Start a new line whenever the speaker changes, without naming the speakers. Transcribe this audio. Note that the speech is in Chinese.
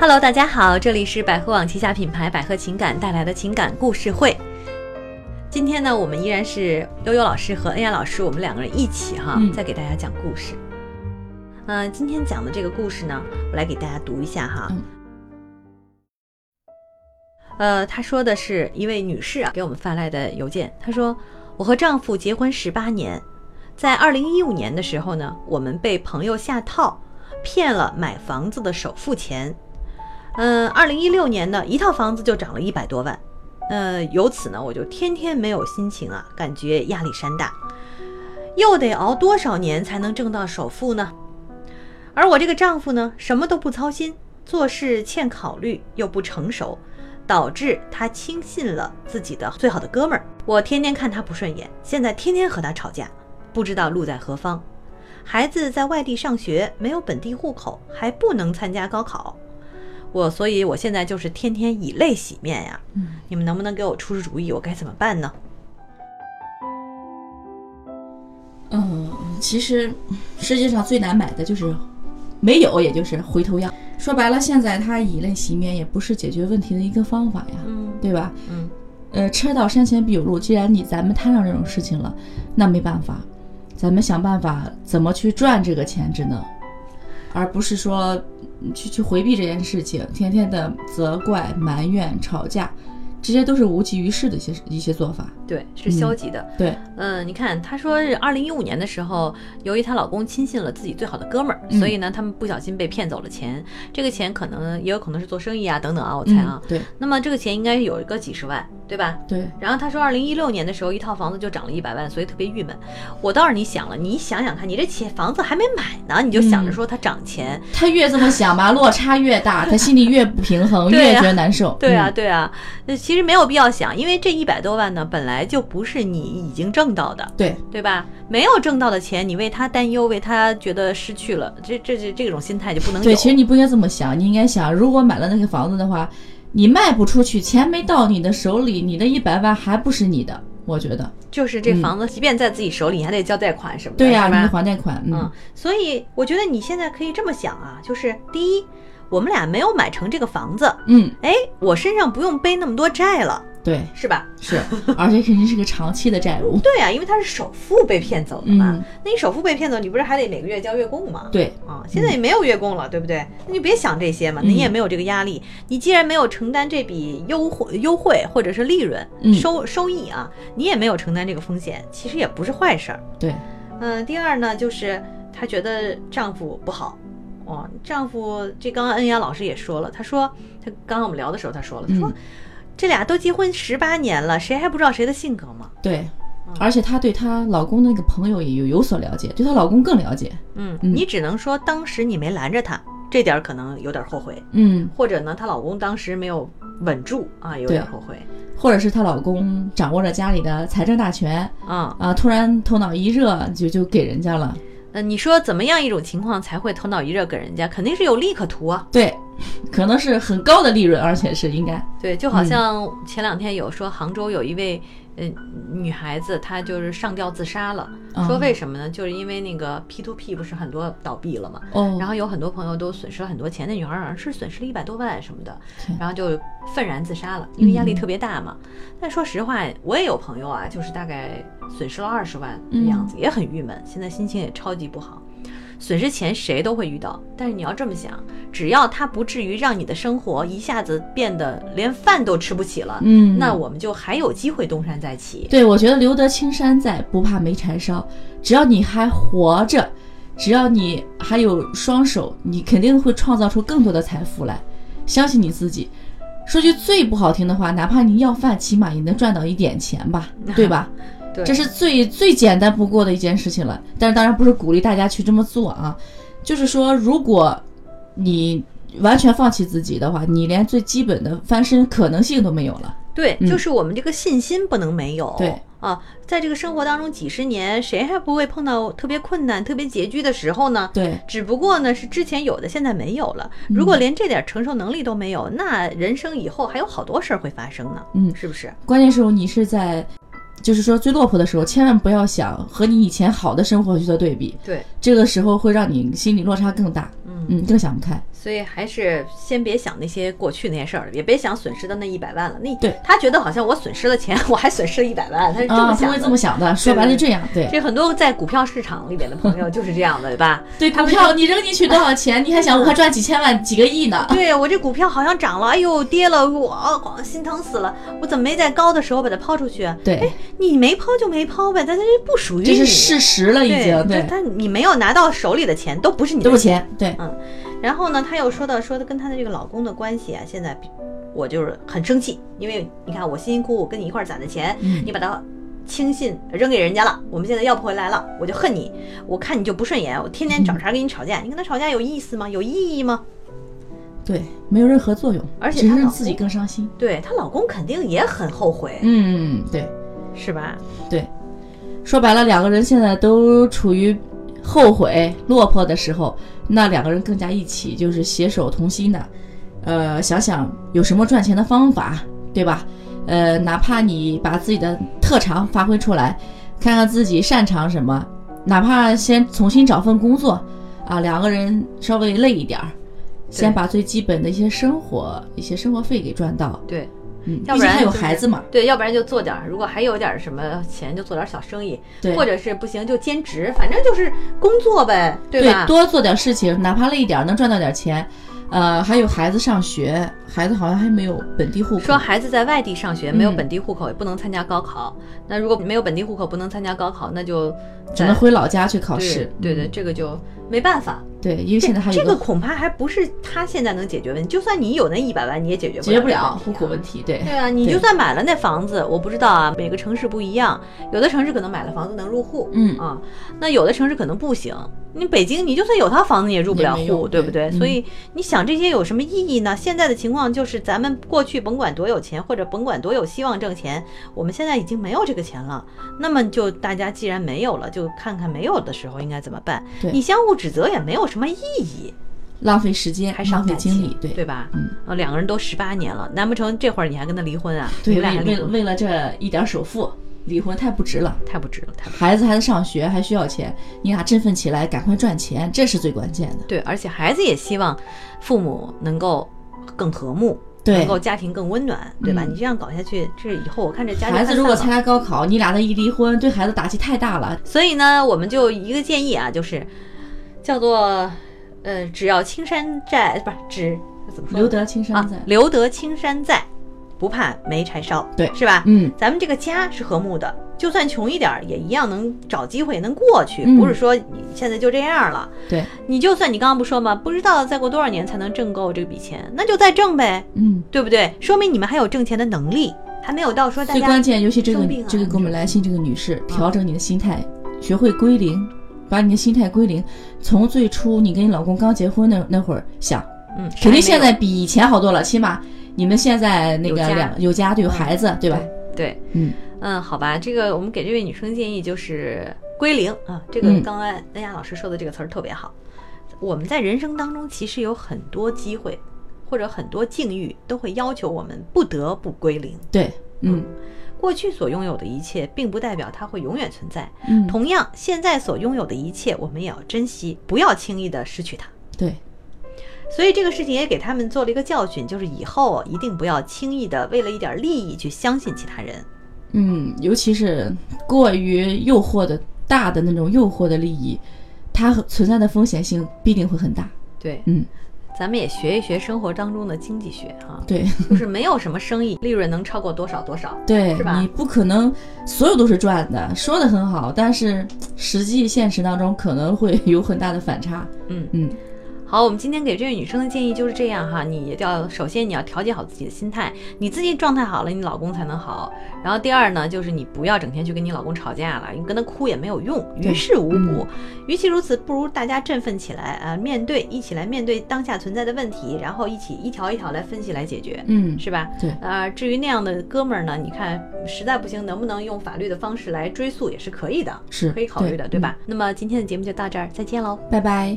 Hello，大家好，这里是百合网旗下品牌百合情感带来的情感故事会。今天呢，我们依然是悠悠老师和恩雅老师，我们两个人一起哈，
嗯
再给大家讲故事。嗯、今天讲的这个故事呢，我来给大家读一下哈。
嗯
呃，他说的是一位女士啊给我们发来的邮件，她说：“我和丈夫结婚十八年，在二零一五年的时候呢，我们被朋友下套，骗了买房子的首付钱。嗯，二零一六年呢，一套房子就涨了一百多万。呃，由此呢，我就天天没有心情啊，感觉压力山大，又得熬多少年才能挣到首付呢？而我这个丈夫呢，什么都不操心，做事欠考虑又不成熟，导致他轻信了自己的最好的哥们儿。我天天看他不顺眼，现在天天和他吵架，不知道路在何方。孩子在外地上学，没有本地户口，还不能参加高考。我，所以我现在就是天天以泪洗面呀。
嗯
你们能不能给我出出主意，我该怎么办呢？
嗯，其实世界上最难买的就是没有，也就是回头药。说白了，现在他以泪洗面也不是解决问题的一个方法呀，
嗯
对吧？
嗯
呃，车到山前必有路，既然你咱们摊上这种事情了，那没办法，咱们想办法怎么去赚这个钱，只能，而不是说嗯去去回避这件事情，天天的责怪、埋怨、吵架，这些都是无济于事的一些一些做法。
对，是消极的。
对，
嗯，你看，她说是二零一五年的时候，由于她老公亲信了自己最好的哥们儿，
嗯
所以呢，他们不小心被骗走了钱。这个钱可能也有可能是做生意啊，等等啊，我猜啊。
嗯，对
那么这个钱应该有一个几十万，对吧？
对，
然后她说，二零一六年的时候，一套房子就涨了一百万，所以特别郁闷。我倒是你想了，你想想看，你这钱房子还没买呢，你就想
嗯
着说它涨钱，
他越这么想吧，落差越大，他心里越不平衡，
对啊
越觉得难受。
对啊，
嗯，
对啊，那其实没有必要想，因为这一百多万呢，本来就不是你已经挣到的，
对，
对吧？没有挣到的钱，你为他担忧，为他觉得失去了，这这这这种心态就不能有。
对，其实你不应该这么想，你应该想，如果买了那个房子的话，你卖不出去，钱没到你的手里，你的一百万还不是你的，我觉得。
就是这
嗯
房子，即便在自己手里，你还得交贷款什么的，
对呀、
是
你
吧？
得还贷款，
嗯
嗯，，
所以我觉得你现在可以这么想啊，就是第一，我们俩没有买成这个房子，
嗯，
哎，我身上不用背那么多债了，
对，
是吧？
是， 而且肯定是个长期的债 务。
对啊，因为他是首付被骗走的嘛，
嗯
那你首付被骗走，你不是还得每个月交月供吗？
对，
啊，现在也没有月供了，对不对？那就别想这些嘛，
嗯
你也没有这个压力。你既然没有承担这笔优惠、优惠或者是利润、
嗯
收收益啊，你也没有承担这个风险，其实也不是坏事儿。
对，
嗯，第二呢，就是她觉得丈夫不好。哦，丈夫这刚刚恩雅老师也说了，她说她刚刚我们聊的时候她说了，她说、
嗯
这俩都结婚十八年了，谁还不知道谁的性格吗？
对，
嗯
而且她对她老公的那个朋友也有有所了解，对她老公更了解。
嗯，
嗯
你只能说当时你没拦着她，这点儿可能有点后悔。
嗯，
或者呢，她老公当时没有稳住啊，有点后悔
或者是她老公掌握着家里的财政大权，
啊。
啊，突然头脑一热就就给人家了。
呃，你说怎么样一种情况才会头脑一热给人家？肯定是有利可图啊。
对，可能是很高的利润，而且是应该。
对，就好像前两天有说杭州有一位呃女孩子，她就是上吊自杀了，
嗯
说为什么呢？就是因为那个 P to P 不是很多倒闭了嘛，
哦，
然后有很多朋友都损失了很多钱，那女孩好像是损失了一百多万什么的
天，
然后就愤然自杀了，因为压力
嗯
特别大嘛。但说实话，我也有朋友啊，就是大概损失了二十万的样子，
嗯
也很郁闷，现在心情也超级不好。损失钱谁都会遇到，但是你要这么想，只要它不至于让你的生活一下子变得连饭都吃不起了，
嗯，
那我们就还有机会东山再起。
对我觉得留得青山在，不怕没柴烧。只要你还活着，只要你还有双手，你肯定会创造出更多的财富来。相信你自己。说句最不好听的话，哪怕你要饭，起码也能赚到一点钱吧，对吧？
对
这是最最简单不过的一件事情了。但是当然不是鼓励大家去这么做啊，就是说，如果你完全放弃自己的话，你连最基本的翻身可能性都没有了。
对，
嗯
就是我们这个信心不能没有。
对
啊，在这个生活当中几十年，谁还不会碰到特别困难、特别拮据的时候呢？
对，
只不过呢，是之前有的，现在没有了。如
嗯
果连这点承受能力都没有，那人生以后还有好多事儿会发生呢。
嗯
是不是？
关键时候你是在，就是说最落魄的时候，千万不要想和你以前好的生活去做对比，
对，
这个时候会让你心理落差更大。
嗯，嗯，
嗯，更想不开。
所以还是先别想那些过去那些事儿了，也别想损失的那一百万了。那
对
他觉得好像我损失了钱， 我还损失了一百万，他是这么
啊，
想
不
的。
会这么想的，说白了就这样，对
这很多在股票市场里面的朋友就是这样的，对吧？
对，
他
股
们嗯
票你扔进去多少钱，你还想我还赚几千万、几个亿呢？
对我这股票好像涨了，哎呦跌了，我啊心疼死了，我怎么没在高的时候把它抛出去？啊
对，
你没抛就没抛呗，但它这不属于你，
这是事实了，已经
对，
对，
他你没有拿到手里的钱都不是你
都
的
是。钱，对，
然后呢，她又说到说的跟她的这个老公的关系啊，现在比我就是很生气，因为你看我辛辛苦苦跟你一块儿攒的钱，
嗯
你把它轻信扔给人家了，我们现在要不回来了，我就恨你，我看你就不顺眼，我天天
嗯
找茬跟你吵架，你跟他吵架有意思吗？有意义吗？
对，没有任何作用，
而且
只
她
是
老
让自己
公
更伤心。
对她老公肯定也很后悔，
嗯，对
是吧？
对，说白了，两个人现在都处于后悔落魄的时候，那两个人更加一起就是携手同心的，呃，想想有什么赚钱的方法，对吧？呃，哪怕你把自己的特长发挥出来，看看自己擅长什么，哪怕先重新找份工作，啊，两个人稍微累一点儿，先把最基本的一些生活、一些生活费给赚到，
对
嗯，
要
毕
不
竟
然
还有
就是
孩子嘛，
对，要不然就做点儿，如果还有点儿什么钱就做点儿小生意，
对，
或者是不行就兼职，反正就是工作呗，对吧？
多做点事情，哪怕累一点儿，能赚到点钱。呃，还有孩子上学，孩子好像还没有本地户口。
说孩子在外地上学，没有
嗯
本地户口，也不能参加高考。那如果没有本地户口，不能参加高考，那就
只
在
能回老家去考
对
试。
对对，这个就没办法。
对，因为现在还有
这
一
个恐怕还不是他现在能解决问题。就算你有那一百万，你也解决
解决不
了这个
了
问题啊
户口问题。对
对啊，你
对
就算买了那房子，我不知道啊，每个城市不一样，有的城市可能买了房子能入户，
嗯
啊，那有的城市可能不行。你北京，你就算有套房子，你也入不了
也没用
户，对不对？
对嗯
所以你想这些有什么意义呢？现在的情况就是，咱们过去甭管多有钱，或者甭管多有希望挣钱，我们现在已经没有这个钱了。那么就大家既然没有了，就看看没有的时候应该怎么办。
对
你相互指责也没有什么意义，
浪费时间，
还
浪
伤
费
感
精
情，
力。对
对吧？
嗯，
呃，两个人都十八年了，难不成这会儿你还跟他离婚啊？
对，
你们俩还
为
离
为了
婚，
为了这一点首付，离婚太不值了。
太不值了，太不值了
孩子还在上学，还需要钱，你俩振奋起来，赶快赚钱，这是最关键的。
对，而且孩子也希望父母能够更和睦，
对
能够家庭更温暖，对吧？
嗯
你这样搞下去，这以后我看这家就
孩子
散
如果
了
参加高考，你俩的一离婚，对孩子打击太大了。
所以呢，我们就一个建议啊，就是叫做呃，只要青山在，不是只怎么说
留得青山
啊
在，，
留得青山在，不怕没柴烧，
对
是吧？
嗯，
咱们这个家是和睦的，就算穷一点儿，也一样能找机会能过去，
嗯
不是说你现在就这样了。
对，
你就算你刚刚不说吗？不知道再过多少年才能挣够这笔钱，那就再挣呗，
嗯。
对不对？说明你们还有挣钱的能力，还没有到说大
最
家
关键，尤其这个
生病啊嗯
这个给我们来信这个女士，调整你的心态，学会归零，把你的心态归零。从最初你跟你老公刚结婚那那会儿想，
嗯，
肯定
啥也
现
没有
在比以前好多了，起码你们现在那个
有家
两有家对
嗯
有孩子，对吧？
对，
嗯，
嗯，好吧，这个我们给这位女生建议就是归零啊，这个
嗯
刚才恩雅老师说的这个词儿特别好。我们在人生当中其实有很多机会，或者很多境遇都会要求我们不得不归零。
对，嗯
过去所拥有的一切，并不代表它会永远存在。
嗯，
同样，现在所拥有的一切，我们也要珍惜，不要轻易的失去它。
对，
所以这个事情也给他们做了一个教训，就是以后啊一定不要轻易的为了一点利益去相信其他人。
嗯，尤其是过于诱惑的大的那种诱惑的利益，它存在的风险性必定会很大。
对，
嗯，
咱们也学一学生活当中的经济学 哈、
对
就是没有什么生意利润能超过多少多少。
对
是吧
你不可能所有都是赚的，说的很好，但是实际现实当中可能会有很大的反差。
嗯，
嗯，
好，我们今天给这位女生的建议就是这样哈，你也要首先你要调节好自己的心态，你自己状态好了，你老公才能好。然后第二呢，就是你不要整天去跟你老公吵架了，你跟他哭也没有用，于
对
事无补
嗯。
与其如此，不如大家振奋起来啊，面对，一起来面对当下存在的问题，然后一起一条一条来分析来解决。
嗯，
是吧？
对
呃，至于那样的哥们儿呢，你看实在不行，能不能用法律的方式来追诉也是可以的，
是
可以考虑的，对
嗯
吧？那么今天的节目就到这儿，再见喽。
拜拜。